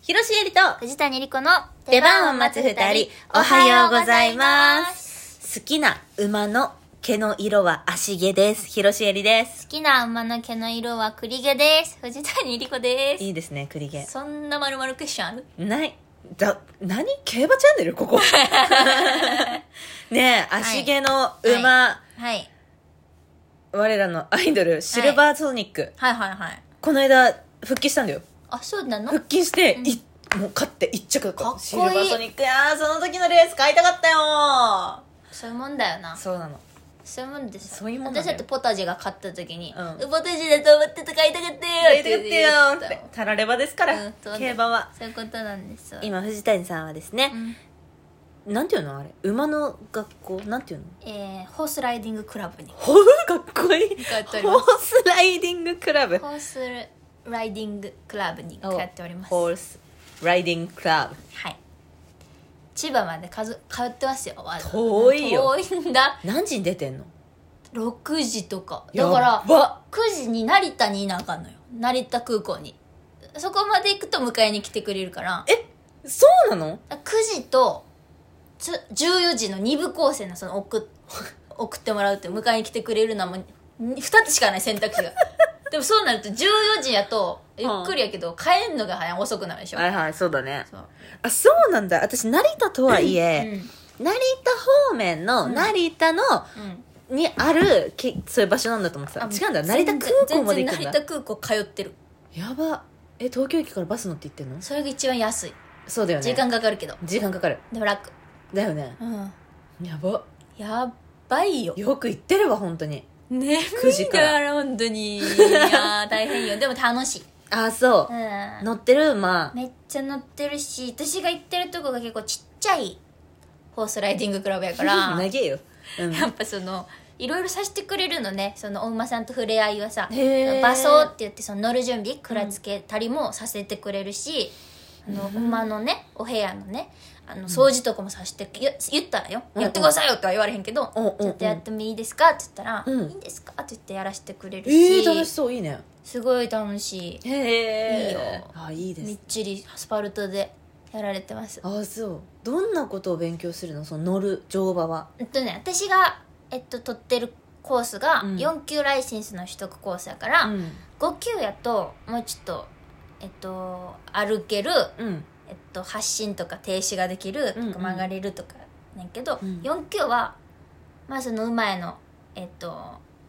広ロシエリと藤谷莉子の出番を待つ二人、おはようございます。好きな馬の毛の色は足毛です。広ロシエリです。好きな馬の毛の色は栗毛です藤谷莉子でいいですね、栗毛す。そんな丸々クッションあるない、だ、何競馬チャンネルこ こ。ねえ、足毛の馬、はい我らのアイドル、シルバーソニック。はいはいはいこの間、復帰したんだよ。あそうなの 腹筋して、いもう勝って一着だったかっこいいシルバーソニックやーその時のレース買いたかったよそういうもんだよなそうなのそういうもんですそういうもんだよ私だってポタジェが買った時にうんポタジェだと思ってた買いたかったよ買いたかったよーっ言てたタラレバですから、うんそうだ競馬はそういうことなんですわ今藤谷さんはですねう、んなんていうのあれ馬の学校なんていうのえーホースライディングクラ ブにほうかっこいい通っておりホまースライディングクラブホースライディングクラブに通っておりますホースライディングクラブはい千葉までかず通ってますよわざわざ遠いよ遠いんだ何時に出てんの6時とかだからら9時に成田にいなあかんのよ成田空港にそこまで行くと迎えに来てくれるからえそうなの9時とつ14時の2部構成のその送っ 送ってもらうって迎えに来てくれるのはもう2つしかない選択 肢がでもそうなると14時やとゆっくりやけど帰んのが早い遅くなるでしょはいはいそうだねそうあそうなんだ私成田とはいえ、成田方面のうん成田の、うんうんにあるけそういう場所なんだと思ってたあ違うんだ成全田然空港まで行くん全然だ成田空港通ってるやばえ東京駅からバス乗って行ってんのそれが一番安いそうだよね時間かかるけど時間かかるでも楽だよねうんやばやっばいよよく行ってれば本当にね9時からら本当にいやー大変よでも楽しい、あそうう、ん、乗ってるまあめっちゃ乗ってるし私が行ってるとこが結構ちっちゃいホースライディングクラブやか ら長えよ、うん、やっぱそのいろいろさせてくれるのねそのお馬さんと触れ合いはさへー馬装って言ってその乗る準備くらつけたりもさせてくれるし、あの馬のねお部屋のねあの掃除とかもさせて、ゆ言ったらよ、うんうんやってくださいよとは言われへんけど、うんうんうんちょっとやってもいいですかって言ったら、うんいいんですかって言ってやらせてくれるえし、ー、楽しそういいねすごい楽しいへえいいよあいいでみっすちりアスファルトでやられてますあそうどんなことを勉強するのその乗る乗馬はえっとね私が、えっと、取ってるコースがうん4級ライセンスの取得コースやから、うん5級やともうちょっとえっと歩ける、うんえっと、発進とか停止ができるとうんうんか曲がれるとかなんやけど、うん4級はまあその馬への、えっと、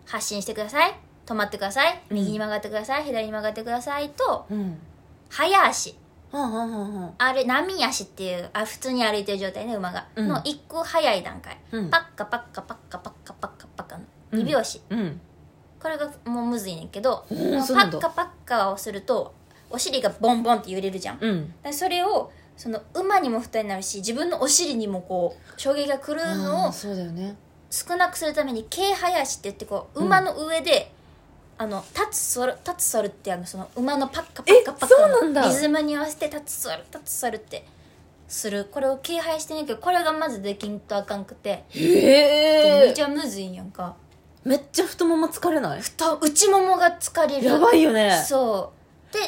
発進してください止まってくださいうん右に曲がってください、左に曲がってくださいとうん早足はんはんはんはんあれ波足っていうあ普通に歩いてる状態ね馬が、うんの一個早い段階、うんパッカパッカパッカパッカパッカパッカのうん2拍子、うんこれがもうむずいねんけどおパーそうなんだッカパッカをするとお尻がボンボンって揺れるじゃん、うんでそれをその馬にも負担になるし自分のお尻にもこう衝撃が来るのあーをそうだよね少なくするために軽早足って言ってこううん馬の上で、あの立つ反る立つ反るってあのその馬のパッカパえッカパッそカうなんだリズムに合わせて立つ反る立つ反るってするこれを軽配してんねんけどこれがまずできんとあかんくて、へめえちゃむずいんやんかめっちゃ太もも疲れないと内ももが疲れるやばいよねそうで、そ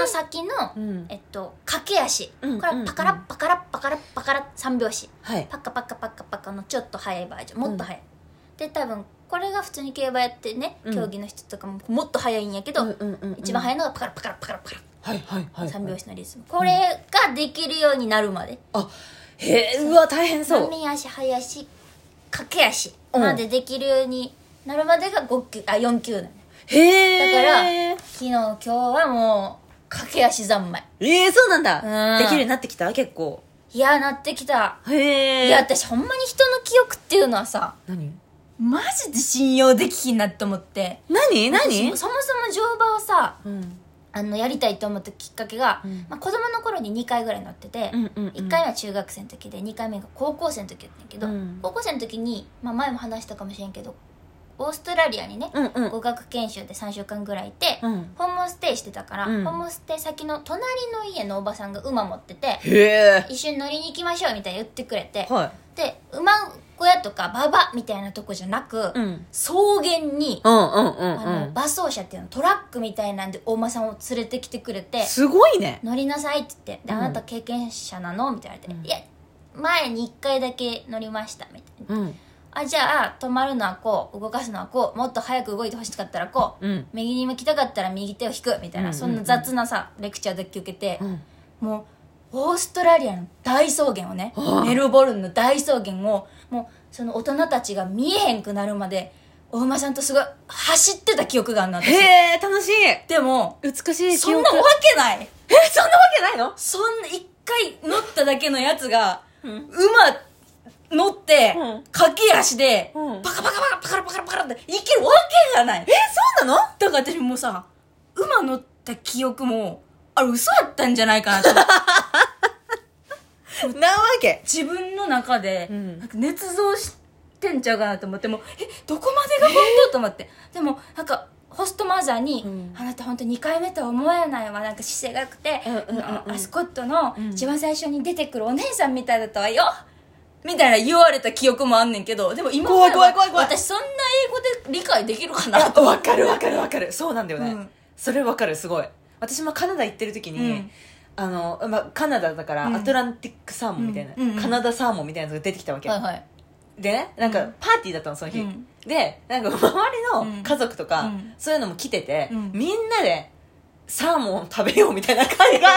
の先の、うんえっと駆け足、うんこれはパカラうんッパカラッパカラッパカラッ3拍子はいパカパカパカパカのちょっと速いバージョンもっと速い、で多分これが普通に競馬やってねうん競技の人とかももっと速いんやけど、うんうんうんうん一番速いのがパカラッパカラッパカラッパカラはいはいはいッ3拍子のリズムこれができるようになるまであへえうわ大変そう波足速足駆け足うんまでできるようになるまでが5級あ4級なのだかへらえ昨日今日はもう駆け足三昧ええそうなんだうんできるようになってきた結構いやなってきたへえいや私ほんまに人の記憶っていうのはさ何マジで信用できひんなって思って何私何もそもそも乗馬をさうんあのやりたいと思ったきっかけが、うんまあ、子供の頃に2回ぐらい乗ってて、うんうんうん1回目は中学生の時で2回目が高校生の時やったんやけど、うん高校生の時に、まあ、前も話したかもしれんけどオーストラリアにね、うんうん語学研修で3週間ぐらいいて、うんホームステイしてたから、うんホームステイ先の隣の家のおばさんが馬持っててへえ一緒に乗りに行きましょうみたいに言ってくれてはで馬小屋とかババみたいなとこじゃなく、うん草原に、うんうんうあのん馬走車っていうのトラックみたいなんで大間さんを連れてきてくれうんてすごいね乗りなさいって言ってで「うんあなた経験者なの?」みたいな言われうて「んいや前に1回だけ乗りました」みたいなうん「あじゃあ止まるのはこう動かすのはこうもっと早く動いてほしかったらこう、うん右に向きたかったら右手を引く」みたいうな、んそんな雑なさレクチャーだけ受けてう、んもうオーストラリアの大草原をねああメルボルンの大草原をもうその大人たちが見えへんくなるまでお馬さんとすごい走ってた記憶があるの私へえ楽しいでも美しいそ記憶んなわけないえそんなわけないのそんな一回乗っただけのやつが、ん馬乗って、うん駆け足で、うんパカパカパカパカパカパカっていけるわけがないえそうなのだから私もうさ馬乗った記憶もあれ嘘やったんじゃないかなとなわけ自分の中で、うんなんか捏造してんちゃうかなと思ってもうえどこまでが本当と思ってでもなんかホストマザーに、うんあなた本当2回目とは思えないわなんか姿勢が良くて、うんうんうんうんあのアスコットのうん一番最初に出てくるお姉さんみたいだったわよ、みたいな言われた記憶もあんねんけどでも今怖い思え怖いば怖い怖い私そんな英語で理解できるかなあとわかるわかるわかるそうなんだよね、うんそれわかるすごい私もカナダ行ってる時に、うんあのまあ、カナダだからうんアトランティックサーモンみたいな、うんうんうんカナダサーモンみたいなやつが出てきたわけ、はいはいでねなんうかんパーティーだったのその日、うんでなんか周りの家族とか、うんそういうのも来てて、うんみんなでサーモンを食べようみたいな会 が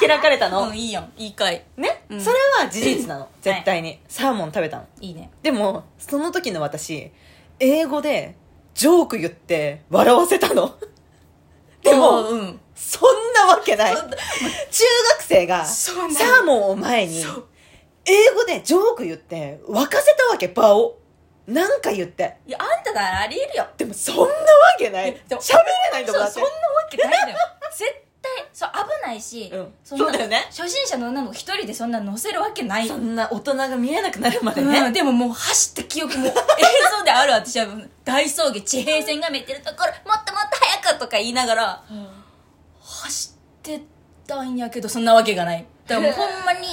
開かれたの、うんいいやんいいかいね、うんそれは事実なの絶対に、サーモン食べたのいいねでもその時の私英語でジョーク言って笑わせたの でも、うんうんそんなわけない中そんな学生がサそうなのーモンを前にそう英語でジョーク言って沸かせたわけ場をなんか言っていやあんたならありえるよでもそんなわけないいやでも喋れないとかそうだってそんなわけないのよ 絶対そう危ないし、うんんなそうだよね初心者の女の子一人でそんな乗せるわけないそんな大人が見えなくなるまでうん、ね、でももう走った記憶も映像である私は大草原地平線が見えてるところもっともっと早くとか言いながら走ってたんやけどそんなわけがないだからもうほんまに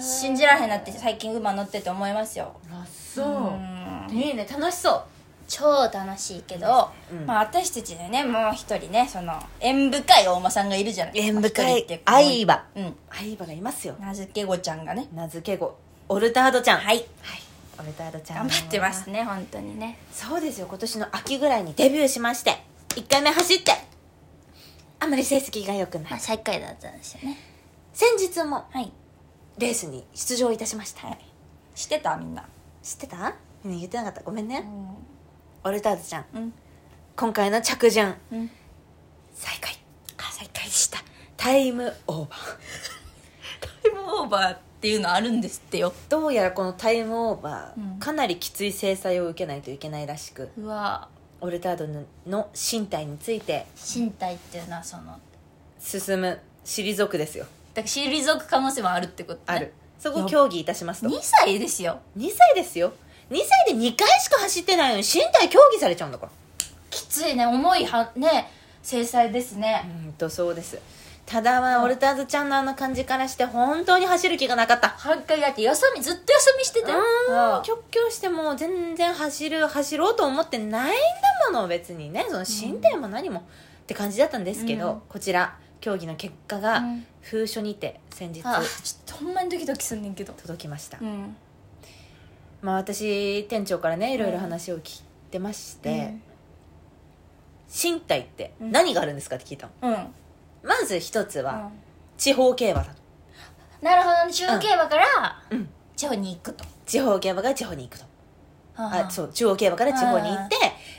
信じられへんなって最近馬乗ってて思いますよあそううんいいね楽しそう超楽しいけど、うんまあ、私たちでねもう一人ねその縁深いお馬さんがいるじゃない縁深まあい一人ってうか愛馬うん相葉がいますよ名付け子ちゃんがね名付け子オルタードちゃんはいオルタードちゃん頑張ってますね本当にねそうですよ今年の秋ぐらいにデビューしまして1回目走ってあまり成績が良くなまあい最下位だったんですよね先日もはいレースに出場いたしました、してたみんな知ってたみんな言ってなかったごめんうねんオルタードちゃんうん今回の着順うん最下位あ最下位でしたタイムオーバータイムオーバーっていうのあるんですってよどうやらこのタイムオーバー、うんかなりきつい制裁を受けないといけないらしくうわオルタードのの身体について身体っていうのはそのだか進む退くですよら退く可能性もあるってこと、ね、あるそこ競技いたしますと2歳ですよ2歳ですよ2歳で2回しか走ってないのに身体競技されちゃうんだからきついね重いはね制裁ですね、うんとそうですただまあオルターズちゃんのあの感じからして本当に走る気がなかった半回やって休みずっと休みしてうたよーんう極強しても全然走る走ろうと思ってないんだもの別にねその身体も何も、って感じだったんですけど、うんこちら競技の結果が、うん封書にて先日あちょっとほんまにドキドキすんねんけど届きました、うんまあ私店長からねいろいろ話を聞いてまして、身体って何があるんですかって聞いたのうん、うんまず一つは地方競馬だと、なるほどね中央競馬からうん、地方に行くと、地方競馬が地方に行くと、あうそう中央競馬から地方に行って、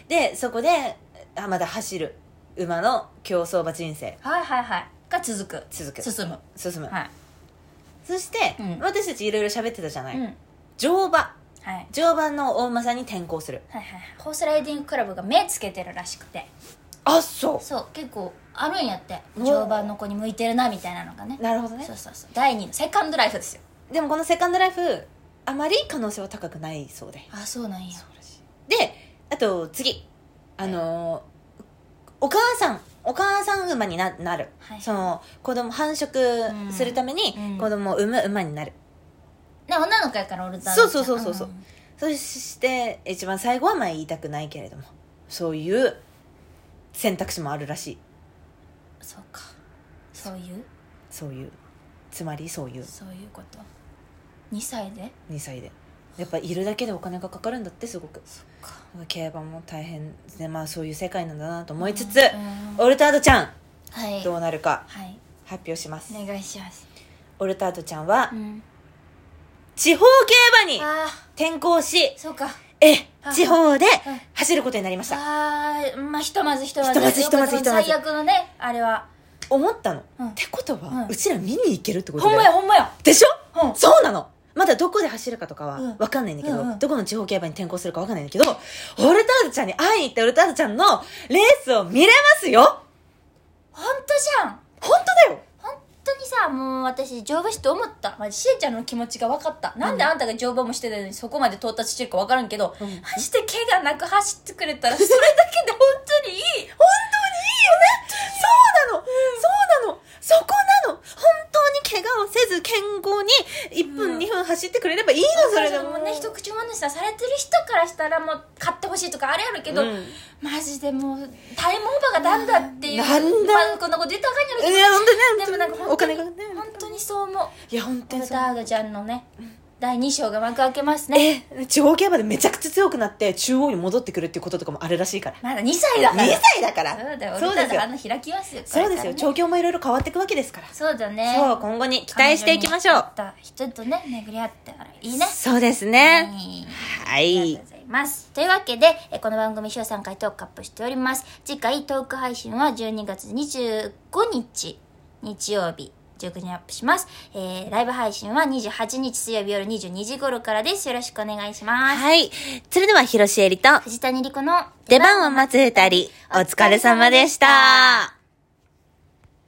でそこであまだ走る馬の競走馬人生はいはいはいが続く続く進む進む、はい、そして、うん私たちいろいろ喋ってたじゃない、うんはい乗馬はい乗馬の大馬さんに転向するはいはいホースライディングクラブが目つけてるらしくてあそそう結構あるんやっておー乗馬の子に向いてるなみたいなのがねなるほどねそうそうそう第2のセカンドライフですよでもこのセカンドライフあまり可能性は高くないそうであそうなんやであと次あのーお母さんお母さん馬にななる、はいその子供繁う殖んするためにうん子供を産む馬になる、ね女の子やからオルタナそうそうそうそうそううんそして一番最後はまあ言いたくないけれどもそういう選択肢もあるらしいそうかそういうそういうつまりそういうそういうこと2歳で2歳でやっぱいるだけでお金がかかるんだってすごくそっか競馬も大変でまあそういう世界なんだなと思いつつ、うんオルタードちゃんはいどうなるかはい発表します、お願いしますオルタードちゃんはうん地方競馬にあ転向しーそうかえあ地方でうん走ることになりましたあーまあひとまずひとまずひとまずひとまずひとまず最悪のねあれは思ったの、うんってことは、ううんちら見に行けるってことほだよんまやほんまやでしょ、うんそうなのまだどこで走るかとかはうん分かんないんだけど、うんうんどこの地方競馬に転向するか分かんないんだけど、オルタードちゃんに会いに行ってオルタードちゃんのレースを見れますよ本当じゃん本当だよ本当にさもう私乗馬して思ったマジしえちゃんの気持ちが分かったなんであんたが乗馬もしてたのにそこまで到達してるか分からんけど、うんマジで怪我なく走ってくれたらそれだけで本当にいい本当にいいよねそうなの、そうなのそこなの本当に怪我をせず健康に1分、うん2分走ってくれればいいのそれでももうね一口ものさされてる人からしたらもう買ってほしいとかあれやるけど、うんマジでもう大門馬がなんだっていうなんだまあこんなこと言ったらあかんやろうけいどや本当ねでもなんか本当にお金がね本当にそう思ういや本当オにルそタうードちゃんのね第2章が幕開けますねえ地方競馬でめちゃくちゃ強くなって中央に戻ってくるっていうこととかもあるらしいからまだ2歳2だから歳だからそうだよそうですよあの開きますよそうですよこれからね調教もいろいろ変わっていくわけですからそうだねそう今後に期待していきましょう彼女に合った人とね巡り合ったらいいねそうですねいはありがいとうございます。というわけで、えーこの番組、週3回トークアップしております。次回、トーク配信は12月25日、日曜日、19時にアップします。えーライブ配信は28日水曜日夜22時頃からです。よろしくお願いします。はいそれでは広瀬えりと藤谷莉子の出番を待つ二人お疲れ様でした